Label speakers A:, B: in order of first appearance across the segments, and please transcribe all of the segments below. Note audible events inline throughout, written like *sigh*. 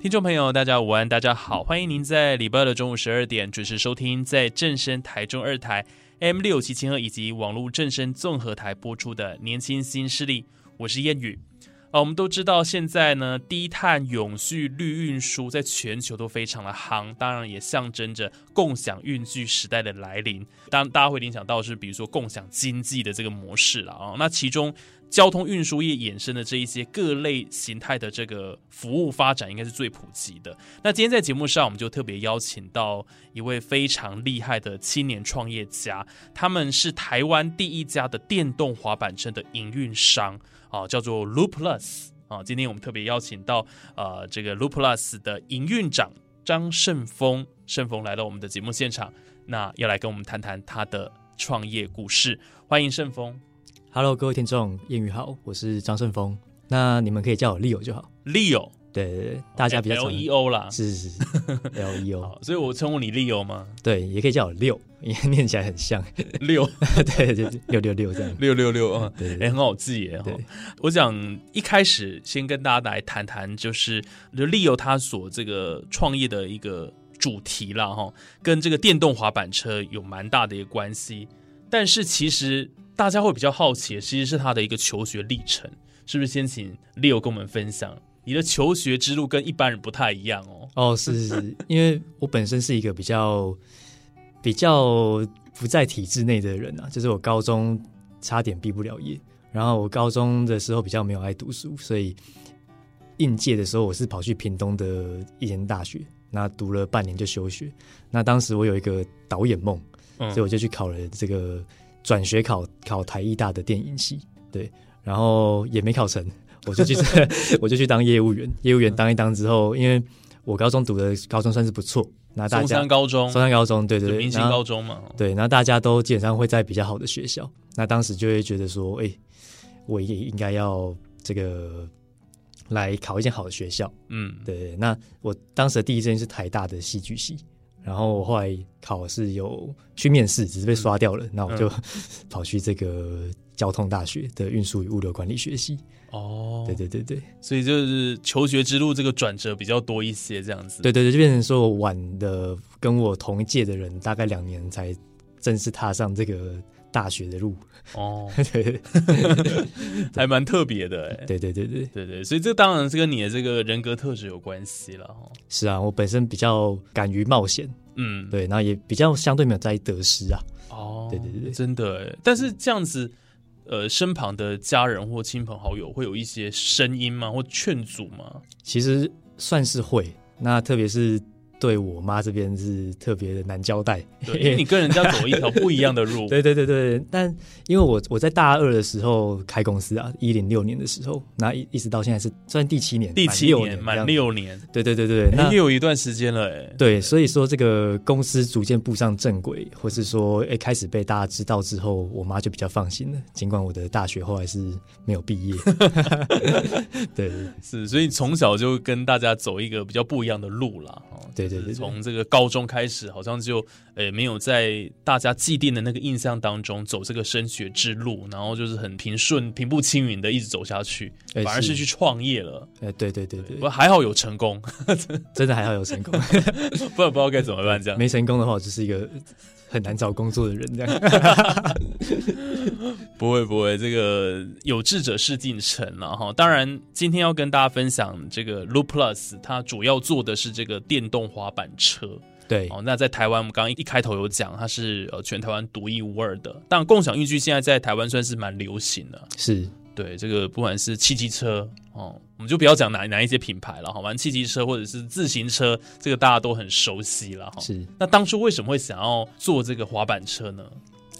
A: 听众朋友，大家午安，大家好，欢迎您在礼拜二的中午十二点准时收听在正声台中二台 M 六七千二以及网络正声综合台播出的《年轻新势力》，我是谚语。啊，我们都知道现在呢，低碳、永续、绿运输在全球都非常的夯，当然也象征着共享运具时代的来临。当然大家会联想到是，比如说共享经济的这个模式了啊、那其中交通运输业衍生的这一些各类形态的这个服务发展，应该是最普及的。那今天在节目上，我们就特别邀请到一位非常厉害的青年创业家，他们是台湾第一家的电动滑板车的营运商啊，叫做 Loop Plus 啊。今天我们特别邀请到呃这个 Loop Plus 的营运长张胜峰，胜峰来到我们的节目现场，那要来跟我们谈谈他的创业故事。欢迎胜峰。
B: Hello，各位听众，谚语好，我是张胜峰。那你们可以叫我 Leo 就好。
A: Leo，
B: 对对对，大家比较
A: L
B: 常
A: E O 啦，*laughs*
B: 是是是 L E
A: 好
B: O，，
A: 所以我称呼你 Leo 吗？
B: 对，也可以叫我六，因为念起来很像。 *laughs*
A: 六
B: 对，就是六六六这嗯样。
A: 六六六啊，
B: 对对
A: 也、很好记耶哈
B: 对。
A: 我想一开始先跟大家来谈谈，就是就 Leo 他所这个创业的一个主题啦哈，跟这个电动滑板车有蛮大的一个关系。但是其实大家会比较好奇的，其实是他的一个求学历程，是不是？先请 Leo 跟我们分享你的求学之路跟一般人不太一样哦。
B: 哦，是是是，因为我本身是一个比较比较不在体制内的人啊，就是我高中差点毕不了业，然后我高中的时候比较没有爱读书，所以应届的时候我是跑去屏东的一间大学，那读了半年就休学。那当时我有一个导演梦，
A: 嗯
B: 所以我就去考了这个转学考考台艺大的电影系，对，然后也没考成，我就去 *laughs* 我就去当业务员，业务员当一当之后，因为我高中读的高中算是不错，那大
A: 松
B: 家
A: 山高中，
B: 松山高中，对对
A: 就
B: 对，
A: 明星
B: 然后
A: 高中嘛，
B: 对，那大家都基本上会在比较好的学校，那当时就会觉得说，哎、我也应该要这个来考一间好的学校。
A: 嗯，
B: 对，那我当时的第一志愿是台大的戏剧系，然后我后来考试有去面试，只是
A: 嗯
B: 被刷掉了，那我就 *laughs* 跑去这个交通大学的运输与物流管理学系。
A: 哦，
B: 对对对对，
A: 所以就是求学之路这个转折比较多一些，这样子。
B: 对对对，就变成说我晚的跟我同一届的人大概两年才正式踏上这个大学的路。
A: 哦，
B: *laughs* 对对
A: 还蛮特别的哎。
B: 对对对对。
A: 对对，所以这当然是跟你的这个人格特质有关系了哈。
B: 是啊，我本身比较敢于冒险，
A: 嗯，，
B: 对，然后也比较相对没有在意得失啊。
A: 哦，
B: 对对对对
A: 真的哎。但是这样子，呃，身旁的家人或亲朋好友会有一些声音吗？或劝阻吗？
B: 其实算是会，那特别是对我妈这边是特别的难交代。。
A: 对，因为你跟人家走一条不一样的路
B: 对对对对，但因为我我在大二的时候开公司啊，一零六年的时候，那一一直到现在是算第七
A: *laughs*
B: 年，
A: 第
B: 满
A: 七
B: 六
A: 年，
B: 这
A: 满
B: 样。
A: 六年，
B: 对对对对，那
A: 也有一段时间了哎。
B: 对，所以说这个公司逐渐步上正轨，或是说，哎，开始被大家知道之后，我妈就比较放心了。尽管我的大学后来是没有毕业， *laughs* 对
A: 是，所以从小就跟大家走一个比较不一样的路啦。哦
B: 对对对
A: 就是
B: 对
A: 从这个高中开始，好像就呃没有在大家既定的那个印象当中走这个升学之路，然后就是很平顺、平步青云的一直走下去，
B: 哎
A: 反而是
B: 是
A: 去创业了。
B: 呃，对对对对
A: 不，过还好有成功，
B: 真的还好有
A: *laughs*
B: 成功，
A: 不然不知道该怎么办这样。
B: 没成功的话，我就是一个很难找工作的人这样。
A: *laughs* 不会不会，这个有志者事竟成了哈。当然，今天要跟大家分享这个 Loop Plus，它主要做的是这个电动滑板车。
B: 对，
A: 哦，那在台湾，我们刚刚一开头有讲，它是呃全台湾独一无二的。当然，共享运具现在在台湾算是蛮流行的。
B: 是，
A: 对，这个不管是汽机车哦，我们就不要讲哪哪一些品牌了哈，反正汽机车或者是自行车，这个大家都很熟悉了哈。
B: 是
A: 那当初为什么会想要做这个滑板车呢？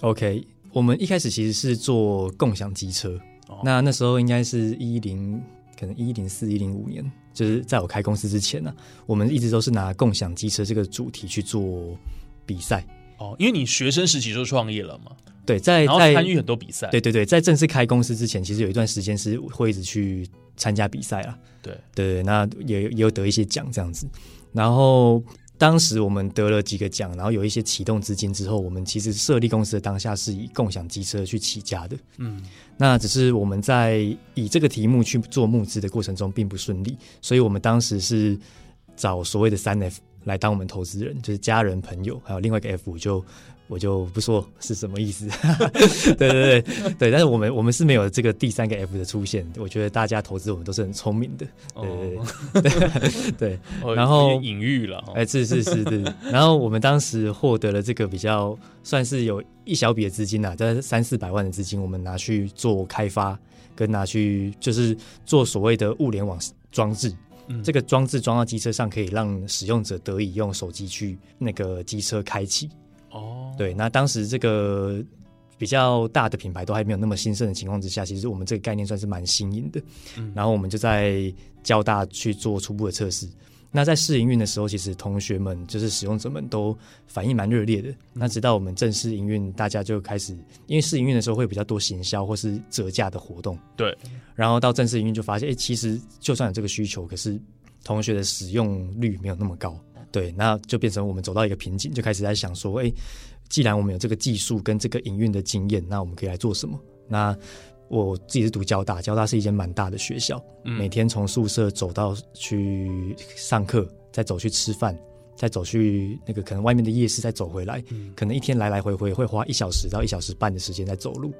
B: OK，我们一开始其实是做共享机车，
A: 哦
B: 那那时候应该是一零，可能一零四、一零五年，就是在我开公司之前呢、我们一直都是拿共享机车这个主题去做比赛。
A: 哦，因为你学生时期就创业了嘛，
B: 对，在
A: 然后
B: 哎在
A: 参与很多比赛，
B: 对对对，在正式开公司之前，其实有一段时间是会一直去参加比赛啊。
A: 对
B: 对，那也也有得一些奖这样子。然后当时我们得了几个奖，然后有一些启动资金之后，我们其实设立公司的当下是以共享机车去起家的。
A: 嗯，
B: 那只是我们在以这个题目去做募资的过程中并不顺利，所以我们当时是找所谓的三 F 来当我们投资人，就是家人、朋友，还有另外一个 F，我就我就不说是什么意思。 *laughs* 对对对对，但是我们我们是没有这个第三个 F 的出现，我觉得大家投资我们都是很聪明的。
A: 哦，
B: 对，
A: 哦
B: *laughs* 然后
A: 有点隐喻了哈，
B: 哎，是是是对。然后我们当时获得了这个比较算是有一小笔的资金呐、啊，大概三四百万的资金，我们拿去做开发，跟拿去就是做所谓的物联网装置。
A: 嗯
B: 这个装置装到机车上，可以让使用者得以用手机去那个机车开启。
A: 哦，
B: 对，那当时这个比较大的品牌都还没有那么兴盛的情况之下，其实我们这个概念算是蛮新颖的。
A: 嗯
B: 然后我们就在交大去做初步的测试。那在试营运的时候，其实同学们就是使用者们都反应蛮热烈的。那
A: 嗯
B: 直到我们正式营运，大家就开始，因为试营运的时候会比较多行销或是折价的活动，
A: 对，
B: 然后到正式营运就发现，哎，其实就算有这个需求，可是同学的使用率没有那么高。对，那就变成我们走到一个瓶颈，就开始在想说，哎，既然我们有这个技术跟这个营运的经验，那我们可以来做什么？那我自己是读交大，交大是一间蛮大的学校，
A: 嗯
B: 每天从宿舍走到去上课，再走去吃饭，再走去那个可能外面的夜市，再走回来，
A: 嗯
B: 可能一天来来回回会花一小时到一小时半的时间在走路。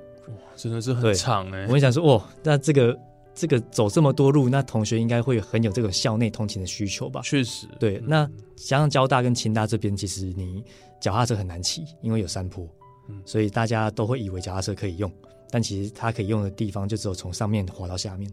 A: 真的是很
B: 对
A: 长哎
B: 我，们想说，哦，那这个这个走这么多路，那同学应该会很有这种校内通勤的需求吧？
A: 确实，
B: 对，那加上交大跟清大这边，其实你脚踏车很难骑，因为有山坡，
A: 嗯
B: 所以大家都会以为脚踏车可以用，但其实它可以用的地方就只有从上面滑到
A: *laughs*
B: 下面。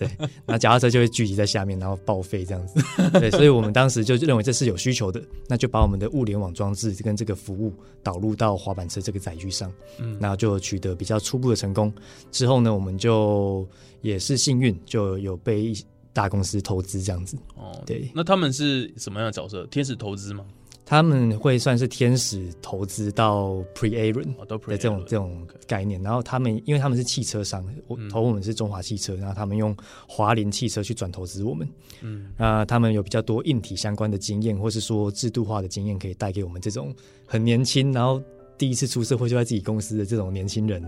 B: 对，那脚踏车就会聚集在下面，然后报废这样子。 *laughs* 对，所以我们当时就认为这是有需求的，那就把我们的物联网装置跟这个服务导入到滑板车这个载具上，
A: 嗯
B: 那就取得比较初步的成功。之后呢，我们就也是幸运，就有被一大公司投资这样子。
A: 哦，
B: 对
A: 那他们是什么样的角色？天使投资吗？
B: 他们会算是天使投资到 Pre a r o n
A: 哦，都
B: 的
A: pre
B: 这种这种概念，然后他们因为他们是汽车商，我
A: 嗯
B: 投我们是中华汽车，然后他们用华林汽车去转投资我们，
A: 嗯，
B: 那他们有比较多硬体相关的经验，或是说制度化的经验，可以带给我们这种很年轻，然后第一次出社会就在自己公司的这种年轻人，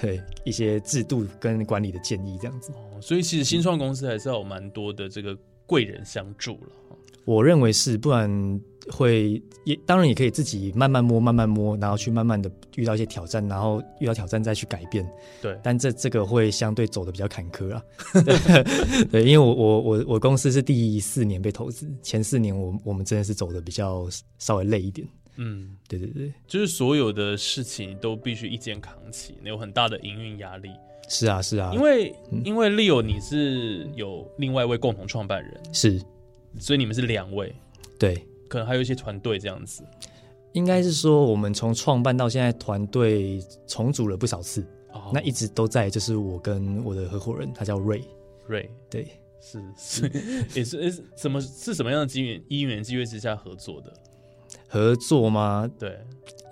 B: 对一些制度跟管理的建议这样子。
A: 哦所以其实新创公司还是要有蛮多的这个贵人相助了。
B: 我认为是，不然会也当然也可以自己慢慢摸，慢慢摸，然后去慢慢的遇到一些挑战，然后遇到挑战再去改变。
A: 对
B: 但这这个会相对走的比较坎坷
A: *laughs*
B: 啊。对，对因为我我我我公司是第四年被投资，前四年我我们真的是走的比较稍微累一点。
A: 嗯，
B: 对对对，
A: 就是所有的事情都必须一肩扛起，有很大的营运压力。
B: 是啊是啊，
A: 因为
B: 嗯
A: 因为 Leo 你是有另外一位共同创办人，
B: 是
A: 所以你们是两位，
B: 对。
A: 可能还有一些团队这样子。
B: 应该是说，我们从创办到现在，团队重组了不少次，
A: 哦
B: 那一直都在，就是我跟我的合伙人，他叫瑞，
A: 瑞
B: 对，
A: 是是 *laughs* 也是也是什么是什么样的机缘因缘机会之下合作的？
B: 合作吗？
A: 对，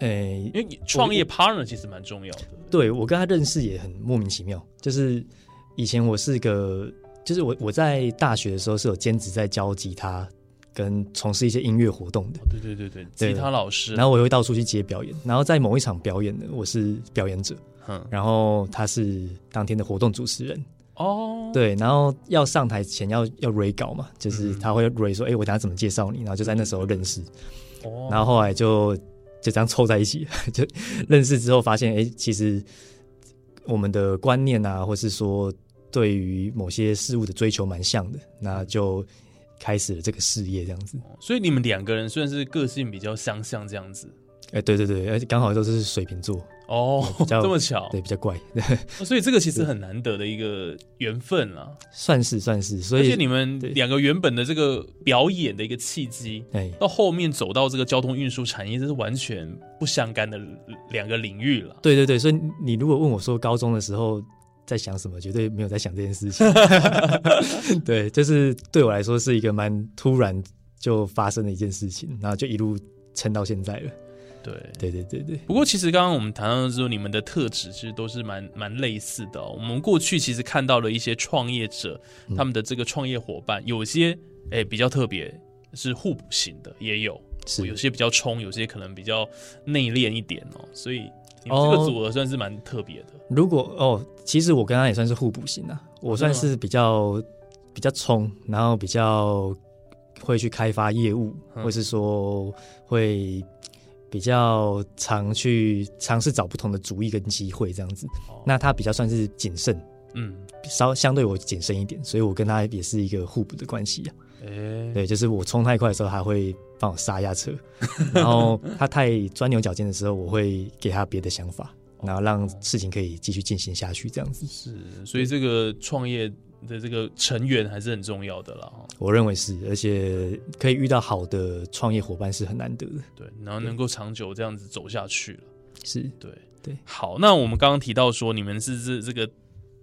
B: 诶、
A: 因为你创业 partner 其实蛮重要的。
B: 呃对我跟他认识也很莫名其妙，就是以前我是个，就是我我在大学的时候是有兼职在教吉他，跟从事一些音乐活动的
A: 哦，对对对对，吉他老师，
B: 然后我也会到处去接表演，然后在某一场表演呢，我是表演者，
A: 嗯
B: 然后他是当天的活动主持人，
A: 哦，
B: 对，然后要上台前要要 re 稿嘛，就是他会 re 说，哎、我等下怎么介绍你，然后就在那时候认识，
A: 哦
B: 然后后来就就这样凑在一起， *laughs* 就认识之后发现，哎、其实我们的观念啊，或是说对于某些事物的追求蛮像的，那就开始了这个事业这样子。
A: 所以你们两个人虽然是个性比较相像这样子，
B: 哎，对对对，而且刚好都是水瓶座，
A: 哦，
B: 比
A: *laughs*
B: 较
A: 这么巧，
B: 对，比较怪， *laughs*
A: 哦所以这个其实很难得的一个缘分啊。
B: 算是算是，所
A: 而且
B: 以
A: 你们
B: 对
A: 两个原本的这个表演的一个契机，
B: 哎，
A: 到后面走到这个交通运输产业，这是完全不相干的两个领域了。
B: 对对对，所以你你如果问我说高中的时候在想什么，绝对没有在想这件事情。对，就是对我来说是一个蛮突然就发生的一件事情，然后就一路撑到现在了。
A: 对。
B: 对对对对，
A: 不过，其实刚刚我们谈到之后，你们的特质其实都是蛮蛮类似的哦、我们过去其实看到了一些创业者，
B: 嗯
A: 他们的这个创业伙伴，有些哎比较特别，是互补型的，也有
B: 是
A: 有些比较冲，有些可能比较内敛一点哦。所以你们这个
B: 哦
A: 组合算是蛮特别的。
B: 如果哦，其实我跟他也算是互补型啊，我算
A: 真的吗
B: 是比较比较冲，然后比较会去开发业务，
A: 嗯
B: 或是说会比较常去尝试找不同的主意跟机会这样子
A: 哦。
B: 那他比较算是谨慎，
A: 嗯，
B: 稍相对我谨慎一点，所以我跟他也是一个互补的关系啊。
A: 哎，
B: 对，就是我冲太快的时候，他会帮我刹一下车；然后他太钻牛角尖的时候，我会给他别的想法，然后让事情可以继续进行下去。这样子，
A: 是，所以这个创业的这个成员还是很重要的啦。哦
B: 我认为是，而且可以遇到好的创业伙伴是很难得的。
A: 对，然后能够长久这样子走下去了。
B: 是
A: 对
B: 对，
A: 好，那我们刚刚提到说，你们是这这个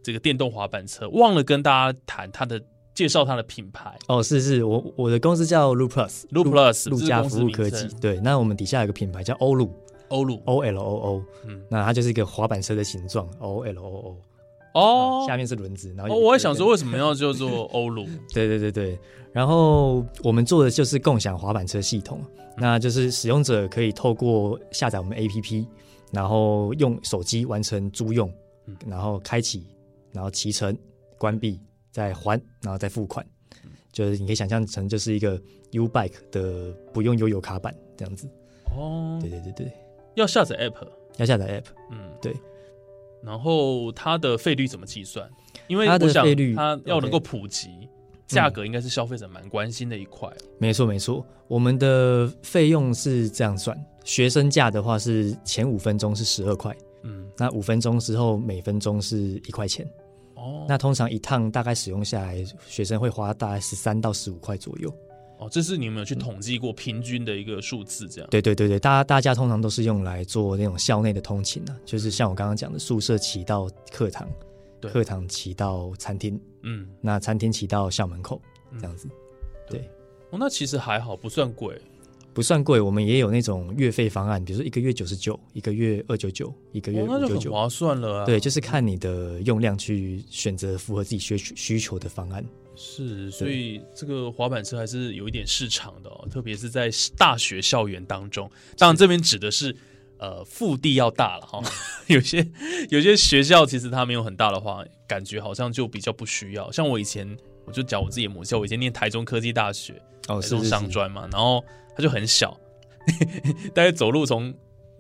A: 这个电动滑板车，忘了跟大家谈它的介绍它的品牌
B: 哦，是是，我我的公司叫 Lu Plus，
A: Lu Plus，
B: 陆
A: 这是
B: 家
A: 公司
B: 服务
A: 名
B: 科技
A: 称。
B: 对，那我们底下有个品牌叫欧陆
A: 欧陆
B: O L O O，
A: 嗯
B: 那它就是一个滑板车的形状 O L O O，
A: 哦。
B: 下面是轮子，然后
A: 哦，
B: 有一
A: 我也
B: 个
A: 想
B: 灯
A: 说，为什么要叫 *laughs* 做欧陆？
B: 对对对对，然后我们做的就是共享滑板车系统，那就是使用者可以透过下载我们 APP，然后用手机完成租用
A: 嗯，
B: 然后开启，然后骑乘、关闭、再还，然后再付款。就是你可以想象成就是一个 U Bike 的不用悠游卡板这样子。
A: 哦，
B: 对对对对，
A: 要下载 App，
B: 要下载 App。
A: 嗯，
B: 对。
A: 然后它的费率怎么计算？因为
B: 它的
A: 我想
B: 费率
A: 它要能
B: OK 嗯
A: 够普及，价格应该是消费者蛮关心的一块。
B: 没错没错，我们的费用是这样算，学生价的话是前五分钟是十二块。
A: 嗯，
B: 那五分钟之后每分钟是一块钱。
A: 哦，
B: 那通常一趟大概使用下来，学生会花大概十三到十五块左右。
A: 哦，这是你们有去统计过平均的一个数字，这样。
B: 嗯对对对对，大家大家通常都是用来做那种校内的通勤啊，就是像我刚刚讲的，宿舍骑到课堂，
A: 对
B: 课堂骑到餐厅，
A: 嗯，
B: 那餐厅骑到校门口
A: 嗯
B: 这样子，
A: 哦，那其实还好，不算贵。
B: 不算贵。我们也有那种月费方案，比如说一个月九十九，一个月二九九，一个月
A: 哦，
B: 五
A: 那
B: 九
A: 就
B: 九
A: 很。划算了啊。
B: 对，，就是看你的用量去选择符合自己需需求的方案。
A: 是，所以这个滑板车还是有一点市场的哦，特别是在大学校园当中。当然，这边指的是呃腹地要大了哈、 *laughs* 有些有些学校其实它没有很大的话，感觉好像就比较不需要。像我以前，我就讲我自己的母校，我以前念台中科技大学，台
B: 哦，是
A: 中
B: 是
A: 哎商
B: 是，
A: 专嘛，然后它就很小，大概走路从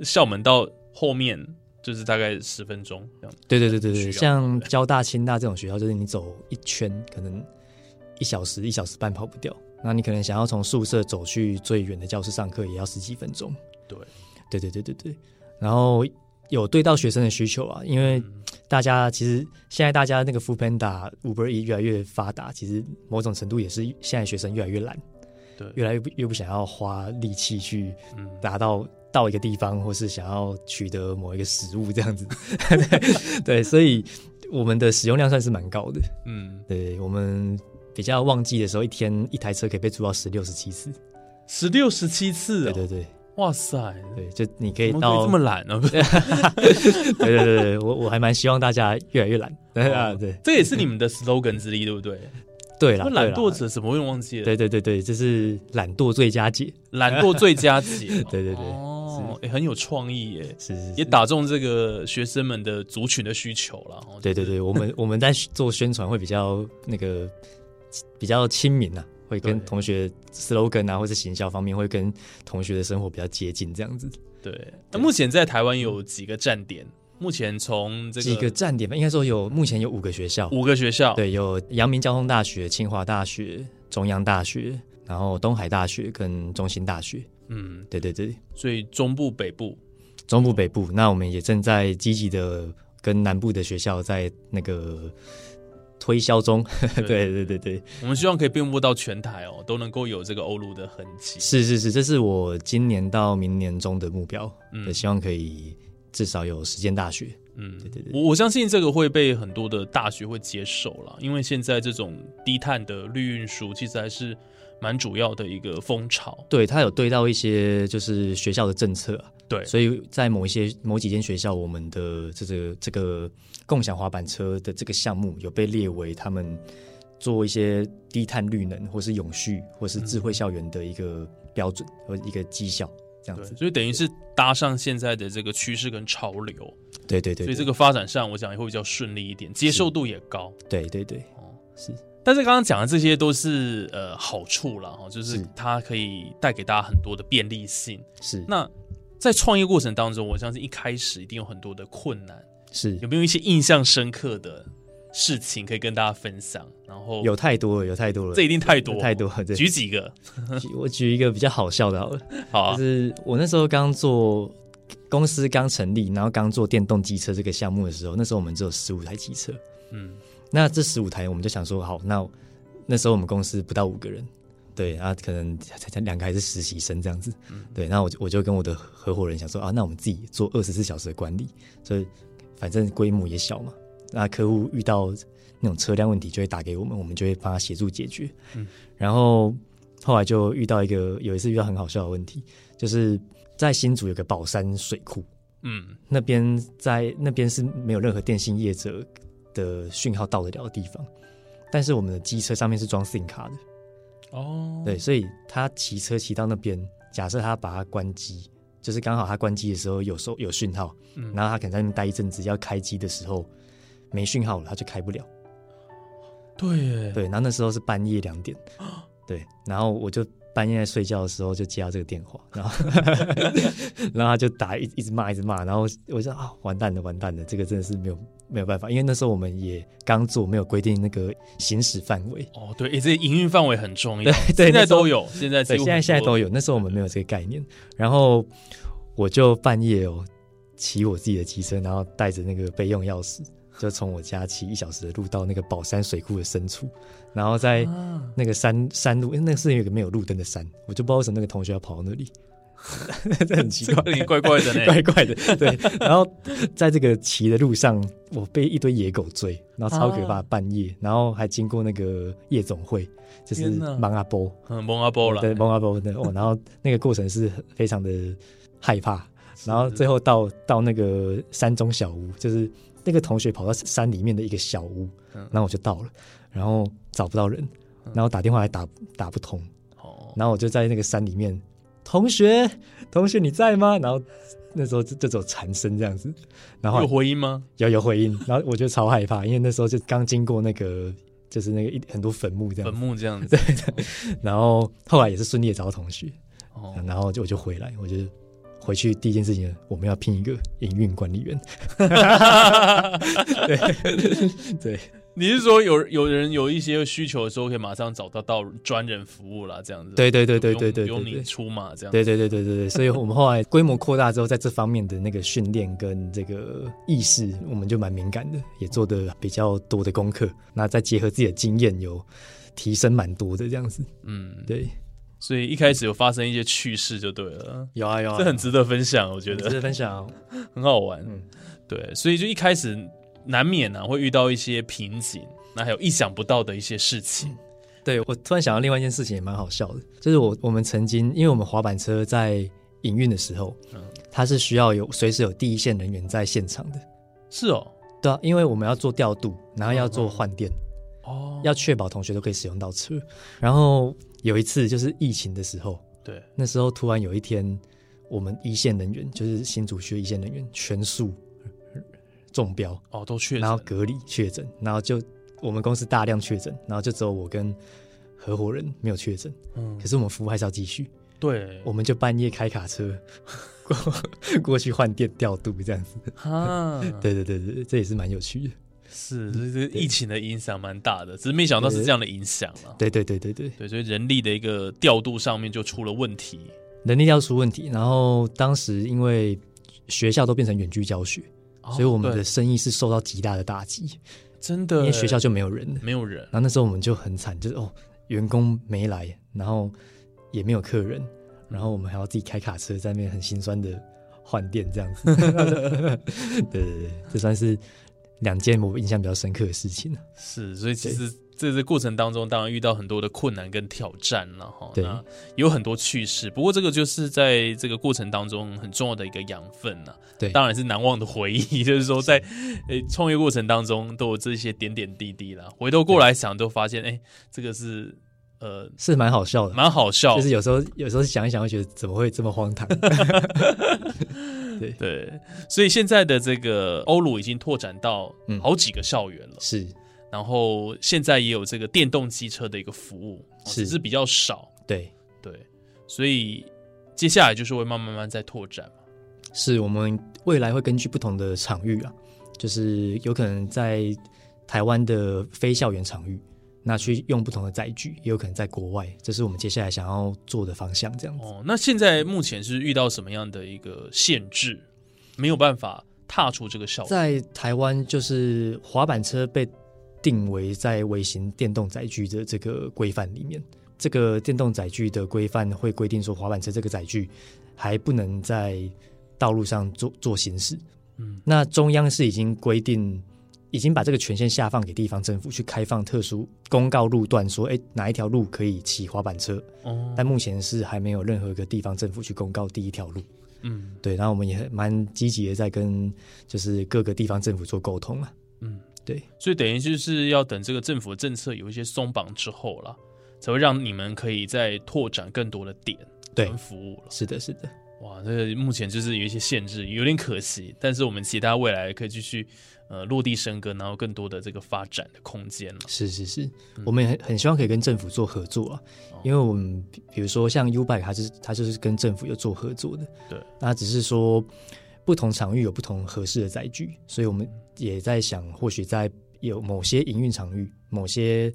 A: 校门到后面就是大概十分钟这样。
B: 对对对对
A: 需要
B: 对，像交大、清大这种学校，就是你走一圈可能一小时、一小时半跑不掉。那你可能想要从宿舍走去最远的教室上课，也要十几分钟。
A: 对，
B: 对对对对对。然后有对到学生的需求啊，因为
A: 嗯
B: 大家其实现在大家那个 f o o Panda、Uber E 越来越发达，其实某种程度也是现在学生越来越懒，
A: 对，
B: 越来越不越不想要花力气去
A: 嗯
B: 达到到一个地方，或是想要取得某一个食物这样子。 *laughs* 对对，所以我们的使用量算是蛮高的。
A: 嗯，
B: 对我们比较旺季的时候，一天一台车可以被租到十六十七次。
A: 十六十七次、哦，
B: 对对对
A: 哇塞，
B: 对，就你可以
A: 怎么可以
B: 到
A: 这么懒啊呢、
B: 对对对对，我我还蛮希望大家越来越
A: 哦
B: 懒。 *laughs* *laughs*
A: *laughs*
B: 对啊，对
A: 这也是你们的 slogan 之一，对不对？
B: 对
A: 那
B: 了，
A: 懒惰
B: 对啦
A: 者怎么会忘记了？
B: 对对对对，这是懒惰最佳解。
A: 懒惰最佳解。
B: *laughs* 对对对
A: 哦，也很有创意耶，
B: 是是
A: 也
B: 是。
A: 打中这个学生们的族群的需求了。哦
B: 对对，对，我们我们在做宣传会比较那个比较亲民啊，会跟
A: 对
B: 同学 slogan 啊，或是行销方面会跟同学的生活比较接近，这样子。
A: 对。那目前在台湾有几个站点？目前从这
B: 几个
A: 个
B: 站点吧，应该说有目前有五个学校，
A: 五个学校，
B: 对，有阳明交通大学、清华大学、中央大学，然后东海大学跟中兴大学。
A: 嗯，
B: 对对对，
A: 所以中部、北部，
B: 中部北部，那我们也正在积极的跟南部的学校在那个推销中。 *laughs* 对对对对，
A: 我们希望可以遍布到全台哦，都能够有这个欧陆的痕迹。
B: 是是是，这是我今年到明年中的目标，
A: 嗯
B: 对，希望可以至少有十间大学。
A: 嗯，
B: 对对对
A: 我我相信这个会被很多的大学会接受啦，因为现在这种低碳的绿运输其实还是蛮主要的一个风潮。
B: 对他有对到一些就是学校的政策、啊，
A: 对
B: 所以在某一些某几间学校，我们的这个这个共享滑板车的这个项目有被列为他们做一些低碳绿能，或是永续，或是智慧校园的一个标准和一个绩效这样
A: 对，
B: 子。
A: 所以等于是搭上现在的这个趋势跟潮流，
B: 对对对，
A: 所以这
B: 个
A: 个发展上，我想也会比较顺利一点，接受度也高。
B: 对对对
A: 哦
B: 是
A: 但是刚刚讲的这些都是呃好处啦，哈，就是
B: 是
A: 它可以带给大家很多的便利性。
B: 是
A: 那在创业过程当中，我相信一开始一定有很多的困难，
B: 是
A: 有没有一些印象深刻的事情可以跟大家分享？然后
B: 有太多了，有太多了，
A: 这一定太多
B: 太多了。对
A: 举几个，
B: 举 *laughs* 我举一个比较好笑的好了。
A: 好啊、
B: 就是我那时候刚做公司刚成立，然后刚做电动机车这个项目的时候，那时候我们只有十五台机车。
A: 嗯，
B: 那这十五台我们就想说，好，那那时候我们公司不到五个人，对，然后可能才才两个还是实习生这样子，对，那我就我就跟我的合伙人想说啊，那我们自己做二十四小时的管理，所以反正规模也小嘛，那客户遇到那种车辆问题就会打给我们，我们就会帮他协助解决。然后后来就遇到一个有一次遇到很好笑的问题，就是在新竹有个宝山水库，
A: 嗯，
B: 那边在那边是没有任何电信业者的讯号到得了的地方，但是我们的机车上面是装 SIM 卡的，
A: 哦，
B: 对，所以他骑车骑到那边，假设他把它关机，就是刚好他关机的时候有收有讯号，
A: 嗯
B: 然后他可能在那边待一阵子，要开机的时候没讯号了，他就开不了。
A: 对耶，
B: 对，然后那时候是半夜两点，对，然后我就半夜在睡觉的时候就接到这个电话，然后然后他就打一一直骂一直骂，然后我就啊完蛋了完蛋了，这个真的是没有没有办法，因为那时候我们也刚做，没有规定那个行驶范围，
A: 哦，对，哎，这营运范围很重要，
B: 对
A: 现在
B: 那时候
A: 都有，现在
B: 对，
A: 几乎
B: 现在
A: 很
B: 现在
A: 多
B: 都有，那时候我们没有这个概念，然后我就半夜哦骑我自己的机车，然后带着那个备用钥匙。就从我家骑一小时的路到那个宝山水库的深处，然后在
A: 啊
B: 那个山山路，因为那个是有个没有路灯的山，我就不知道为什么那个同学要跑到那里， *laughs* 这很奇
A: 这
B: 怪
A: 个，也怪怪的呢，
B: 怪怪的。 *laughs* 对，然后在这个骑的路上，我被一堆野狗追，然后超可怕，
A: 啊
B: 半夜，然后还经过那个夜总会，就是
A: 天哪
B: 芒阿波，
A: 嗯，蒙阿波了，
B: 对，蒙阿波的哦，然后那个过程是非常的害怕，然后最后到到那个山中小屋，就是那个同学跑到山里面的一个小屋，
A: 嗯
B: 然后我就到了，然后找不到人，然后打电话还打打不通，
A: 哦，
B: 然后我就在那个山里面，同学，同学你在吗？然后那时候就就走蝉声这样子，然后
A: 有回音吗？
B: 有有回音，然后我就超害怕，因为那时候就刚经过那个就是那个一很多坟墓这样
A: 坟
B: 子，
A: 墓这样子，
B: 然后后来也是顺利的找到同学， *laughs*
A: 哦，
B: 然后就我就回来，我就回去第一件事情，我们要聘一个营运管理员。对对
A: *laughs* 你是说有有人有一些需求的时候，可以马上找到到专人服务啦，这样子，
B: 对对对
A: 不
B: 对
A: 用
B: 对对
A: 不用你
B: 对。
A: 出马这样，
B: 对对对对对对，所以我们后来规模扩大之后，在这方面的那个训练跟这个意识，我们就蛮敏感的，也做的比较多的功课。那再结合自己的经验，有提升蛮多的这样子。
A: 嗯，
B: 对，
A: 所以一开始有发生一些趣事就对了，
B: 有啊有啊
A: 这很值得分享，我觉
B: 值
A: 得
B: 得分享、哦。
A: *laughs* 很好玩，
B: 嗯
A: 对，所以就一开始难免啊会遇到一些瓶颈，那还有意想不到的一些事情，
B: 嗯对我突然想到另外一件事情也蛮好笑的，就是我我们曾经因为我们滑板车在营运的时候，
A: 嗯
B: 它是需要有随时有第一线人员在现场的，
A: 是哦，
B: 对啊，因为我们要做调度，然后要做换电，
A: 哦，
B: 要确保同学都可以使用到车。然后有一次就是疫情的时候，
A: 对，
B: 那时候突然有一天，我们一线人员就是新竹区的一线人员全数呃中标，
A: 哦，都确
B: 然后
A: 诊，
B: 隔离确诊，然后就我们公司大量确诊，然后就只有我跟合伙人没有确诊。
A: 嗯
B: 可，是我们服务还是要继续，
A: 对，
B: 我们就半夜开卡车 *laughs* 过过去换电调度
A: 嗯
B: 这样子。
A: 哈，
B: 对对对对，对这也是蛮有趣的。
A: 是，这这疫情的影响蛮大的，只是没想到是这样的影响啊。
B: 对对对对对
A: 对，所以人力的一个调度上面就出了问题。
B: 能力要出问题。然后当时因为学校都变成远距教学，所以我们的
A: 哦对
B: 生意是受到极大的打击，
A: 真
B: 因
A: 的
B: 为学校就没有人了。
A: 没有人，
B: 然后那时候我们就很惨，就是哦，员工没来，然后也没有客人，然后我们还要自己开卡车在那边很心酸的换电这样子。 *laughs* 对对对，这算是两件我印象比较深刻的事情了。
A: 是，所以其实在这过程当中，当然遇到很多的困难跟挑战了哈。
B: 对
A: 那有很多趣事，不过这个就是在这个过程当中很重要的一个养分呐、
B: 对
A: 当然是难忘的回忆， *laughs* 就是说在诶创业过程当中都有这些点点滴滴啦。回头过来想，都发现哎，诶这个是呃
B: 是蛮好笑的，
A: 蛮好笑，
B: 就是有时候有时候想一想，会觉得怎么会这么荒
A: *laughs*
B: 唐？
A: 对。所以现在的这个欧鲁已经拓展到
B: 嗯
A: 好几个校园了。
B: 是，
A: 然后现在也有这个电动机车的一个服务，哦
B: 是
A: 只是比较少，
B: 对，
A: 对，所以接下来就是会慢慢慢慢在拓展嘛，
B: 是我们未来会根据不同的场域啊，就是有可能在台湾的非校园场域，那去用不同的载具，也有可能在国外，这是我们接下来想要做的方向。这样子，
A: 哦，那现在目前是遇到什么样的一个限制，没有办法踏出这个校园？
B: 在台湾就是滑板车被定为在微型电动载具的这个规范里面，这个电动载具的规范会规定说，滑板车这个载具还不能在道路上做做行驶。
A: 嗯，
B: 那中央是已经规定，已经把这个权限下放给地方政府去开放特殊公告路段，说，哎，哪一条路可以骑滑板车？
A: 哦，
B: 但目前是还没有任何一个地方政府去公告第一条路。
A: 嗯
B: 对，然后我们也很蛮积极的在跟就是各个地方政府做沟通啊。
A: 嗯，
B: 对，
A: 所以等于就是要等这个政府的政策有一些松绑之后啦，才会让你们可以再拓展更多的点
B: 对
A: 跟服务了。
B: 是的，是的，
A: 哇，这个目前就是有一些限制，有点可惜。但是我们其他未来可以继续呃落地生根，然后更多的这个发展的空间了。
B: 是是是，我们也很很希望可以跟政府做合作啊，
A: 嗯哦
B: 因为我们比比如说像 U Bike，它就是它就是跟政府有做合作的，
A: 对，
B: 那只是说不同场域有不同合适的载具，所以我们也在想，或许在有某些营运场域、某些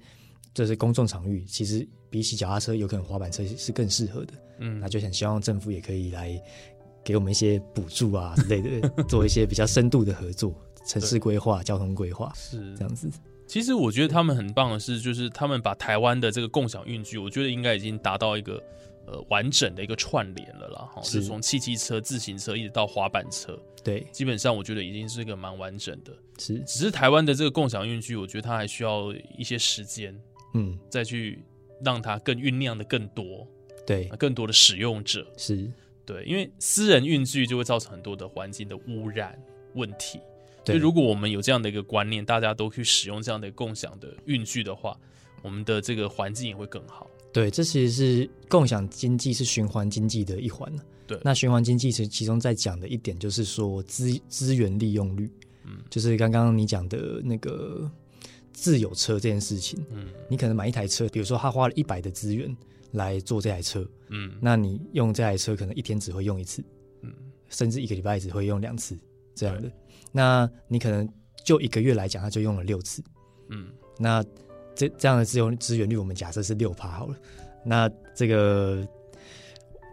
B: 就是公众场域，其实比起脚踏车，有可能滑板车是更适合的。
A: 嗯
B: 那，就很希望政府也可以来给我们一些补助啊之类的， *laughs* 做一些比较深度的合作，城市规划、交通规划
A: 是
B: 这样子。
A: 其实我觉得他们很棒的是，就是他们把台湾的这个共享运具，我觉得应该已经达到一个呃完整的一个串联了啦。哈，
B: 是
A: 就从汽机车、自行车一直到滑板车，
B: 对，
A: 基本上我觉得已经是一个蛮完整的。
B: 是，
A: 只是台湾的这个共享运具，我觉得它还需要一些时间
B: 嗯，
A: 再去让它更酝酿的更多，
B: 对，
A: 更多的使用者。
B: 是，
A: 对，因为私人运具就会造成很多的环境的污染问题。所
B: 对，
A: 以如果我们有这样的一个观念，大家都去使用这样的共享的运具的话，我们的这个环境也会更好。
B: 对，这其实是共享经济是循环经济的一环啊
A: 对
B: 那循环经济其其中在讲的一点就是说资资源利用率，
A: 嗯
B: 就是刚刚你讲的那个自有车这件事情。
A: 嗯
B: 你可能买一台车，比如说他花了一百的资源来做这台车，
A: 嗯
B: 那你用这台车可能一天只会用一次，
A: 嗯，
B: 甚至一个礼拜只会用两次这样的。那你可能就一个月来讲，他就用了六次。
A: 嗯，
B: 那这这样的资源资源率，我们假设是六趴好了。那这个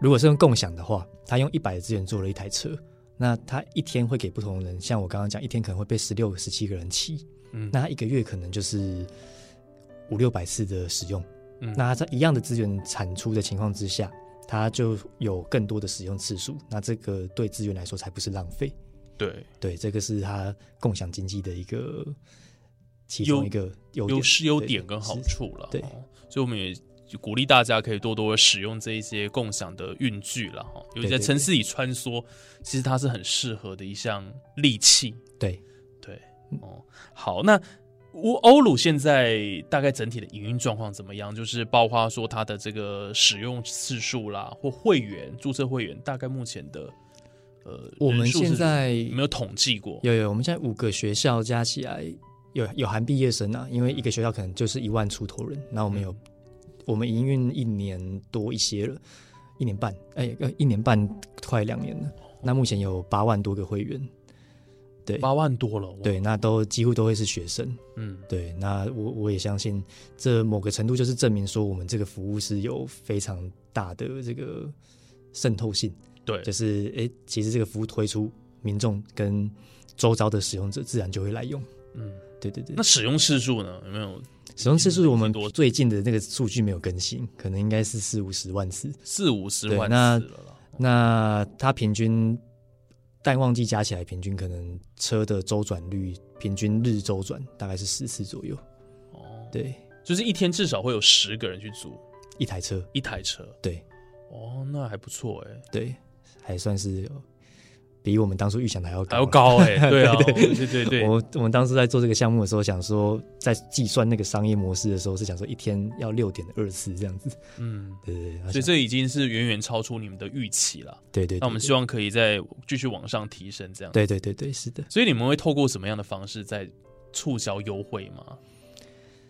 B: 如果是用共享的话，他用一百的资源做了一台车，那他一天会给不同人，像我刚刚讲，一天可能会被十六、十七个人骑，
A: 嗯
B: 那他一个月可能就是五六百次的使用。
A: 嗯
B: 那他在一样的资源产出的情况之下，他就有更多的使用次数，那这个对资源来说才不是浪费。
A: 对
B: 对，这个是它共享经济的一个其
A: 优
B: 中一个优点
A: 优势优
B: 对
A: 点跟好
B: 是
A: 处了。
B: 对
A: 哦，所以我们也鼓励大家可以多多使用这一些共享的运具了哈，尤其
B: 对
A: 在
B: 对
A: 城市里穿梭，其实它是很适合的一项利器。
B: 对，
A: 对，哦，好，那欧欧鲁现在大概整体的营运状况怎么样？就是包括说它的这个使用次数啦，或会员注册会员，大概目前的呃，
B: 我们
A: 人数是
B: 现在
A: 有没有统计过？
B: 有有，我们现在五个学校加起来有有含毕业生啊，因为一个学校可能就是一万出头人，那我
A: 嗯
B: 们有、我们营运一年多一些了，一年半，哎、呃一年半快两年了，那目前有八万多个会员，对
A: 八万多了，哇，
B: 对，那都几乎都会是学生，
A: 嗯，
B: 对，那我我也相信，这某个程度就是证明说我们这个服务是有非常大的这个渗透性，
A: 对
B: 就是诶，其实这个服务推出，民众跟周遭的使用者自然就会来用。
A: 嗯，
B: 对对对
A: 那，使用次数呢？有没有
B: 使用次数我们
A: 多
B: 最近的那个数据没有更新，可能应该是四五十万次。
A: 四五十
B: 对
A: 万
B: 那
A: 次了啦？
B: 那它平均淡旺季加起来，平均可能车的周转率，平均日周转大概是十次左右。
A: 哦，
B: 对，
A: 就是一天至少会有十个人去租
B: 一台车，
A: 一台车。
B: 对
A: 哦，那还不错哎，
B: 对，还算是有比我们当初预想的还要
A: 还
B: 高。
A: 要。高哎，对
B: *laughs*
A: 啊，对对对，
B: 我我们当初在做这个项目的时候，想说在计算那个商业模式的时候，是想说一天要六点二次这样子。
A: 嗯，
B: 对对对，
A: 所以这已经是远远超出你们的预期了。
B: 对对，
A: 那我们希
B: 望
A: 望可以再继续往上提升，这样。，
B: 对对对对是的。
A: 所以你们会透过什么样的方式在促销优惠吗？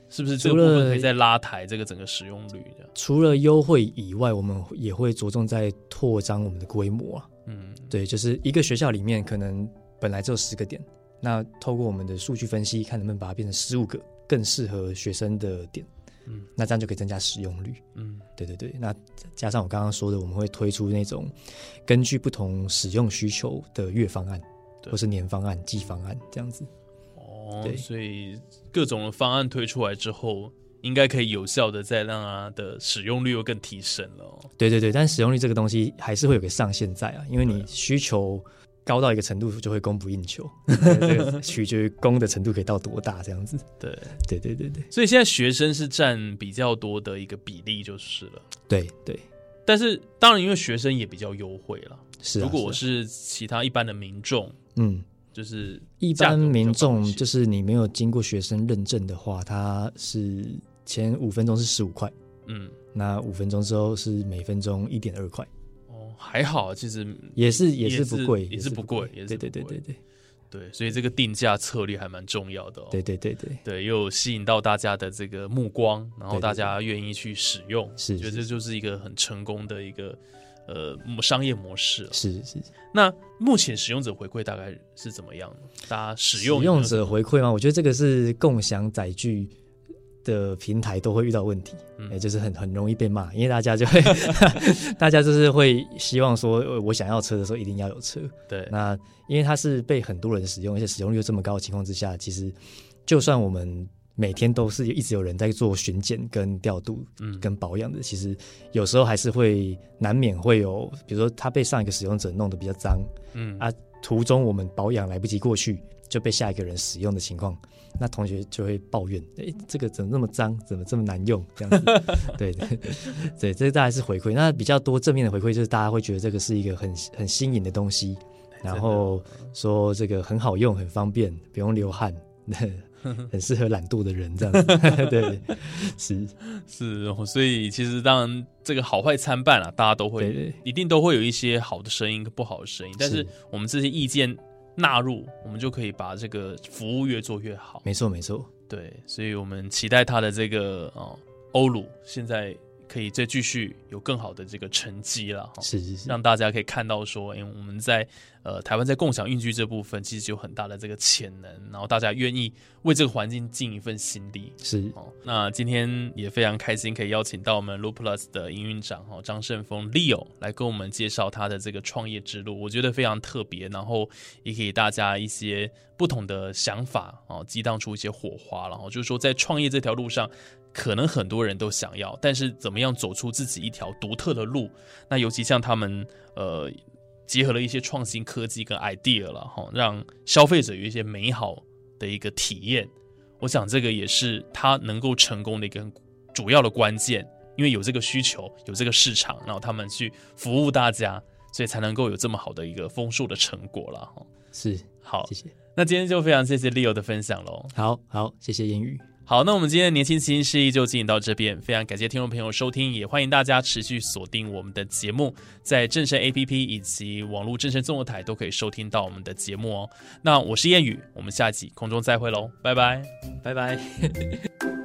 A: 是不是这
B: 除
A: 个部分
B: 了
A: 可以再拉抬这个整个使用率这样？
B: 除了优惠以外，我们也会着重在扩张我们的规模啊。
A: 嗯，
B: 对，就是一个学校里面可能本来只有十个点，那透过我们的数据分析，看能不能把它变成十五个更适合学生的点。
A: 嗯
B: 嗯，那这样就可以增加使用率。
A: 嗯，
B: 对对对，那加上我刚刚说的，我们会推出那种根据不同使用需求的月方案，
A: 对
B: 或是年方案、季方案这样子。
A: 哦，
B: 对
A: 所以各种的方案推出来之后，应该可以有效的再让它的使用率又更提升了哦。
B: 对对对，但使用率这个东西还是会有个上限在啊，因为
A: 对
B: 你
A: 啊
B: 需求高到一个程度，就会供不应求，这个 *laughs* 取决于供的程度可以到多大这样子。
A: 对，
B: 对对对对
A: 所以现在学生是占比较多的一个比例就是了。
B: 对对，
A: 但是当然，因为学生也比较优惠了。
B: 是、啊。
A: 如果我
B: 啊
A: 是其他一般的民众，
B: 嗯，
A: 就是
B: 一
A: 价格
B: 般
A: 比较
B: 民
A: 高一
B: 众
A: 些
B: 就是你没有经过学生认证的话，它是前五分钟是十五块，
A: 嗯，
B: 那五分钟之后是每分钟一点二块，
A: 哦，还好，其实
B: 也是
A: 也
B: 也是
A: 是
B: 不贵，
A: 也是不贵也是
B: 对对
A: 不
B: 对
A: 贵
B: 对对
A: 对，所以这个定价策略还蛮重要的哦。
B: 对对对对，
A: 对，又有吸引到大家的这个目光，然后
B: 对对
A: 大家愿意去使用，
B: 是
A: 我觉得
B: 是
A: 这就是一个很成功的一个呃模商业模式了。
B: 是是。
A: 那目前使用者回馈大概是怎么样呢？大家使用
B: 使
A: 有没有
B: 用者回馈吗？我觉得这个是共享载具的平台都会遇到问题，
A: 嗯
B: 也就是很很容易被骂，因为大家
A: *laughs*
B: 就会，大家就是会希望说，呃我想要车的时候一定要有车。
A: 对
B: 那因为它是被很多人使用，而且使用率又这么高的情况之下，其实就算我们每天都是一直有人在做巡检跟调度
A: 嗯
B: 跟保养的，其实有时候还是会难免会有，比如说它被上一个使用者弄得比较脏，
A: 嗯
B: 啊途中我们保养来不及过去，就被下一个人使用的情况，那同学就会抱怨：“哎，这个怎么那么脏？怎么这么难用？”这样子， *laughs* 对对对，这大概是回馈。那比较多正面的回馈就是大家会觉得这个是一个很很新颖的东西，然后说这个很好用、很方便，不用流汗。 *laughs* 很适合懒惰的人这样子， *laughs* 对，是，
A: 是，哦所以其实当然这个好坏参半啊，大家都
B: 对
A: 会
B: 对
A: 一定都会有一些好的声音跟不好的声音，但是
B: 是
A: 我们这些意见纳入，我们就可以把这个服务越做越好。
B: 没错没错，
A: 对，所以我们期待他的这个哦欧鲁现在可以再继续有更好的这个成绩了哈。
B: 是是是，
A: 让大家可以看到说，哎、我们在呃台湾在共享运具这部分其实有很大的这个潜能，然后大家愿意为这个环境尽一份心力，
B: 是，
A: 哦，那今天也非常开心，可以邀请到我们 Looplus 的营运长哦张胜峰 Leo 来跟我们介绍他的这个创业之路，我觉得非常特别，然后也给大家一些不同的想法哦，激荡出一些火花，然后就是说在创业这条路上。可能很多人都想要，但是怎么样走出自己一条独特的路？那尤其像他们，呃，结合了一些创新科技跟 idea 了哈、让消费者有一些美好的一个体验。我想这个也是他能够成功的一个很主要的关键，因为有这个需求，有这个市场，然后他们去服务大家，所以才能够有这么好的一个丰硕的成果了哈。
B: 是，
A: 好
B: 谢，谢，
A: 那今天就非常谢谢 Leo 的分享喽。
B: 好好，谢谢言语。
A: 好，那我们今天的年轻新势力就进行到这边，非常感谢听众朋友收听，也欢迎大家持续锁定我们的节目，在正声 APP 以及网络正声综合台都可以收听到我们的节目哦。那我是谚语，我们下集空中再会喽，拜拜。
B: 拜拜。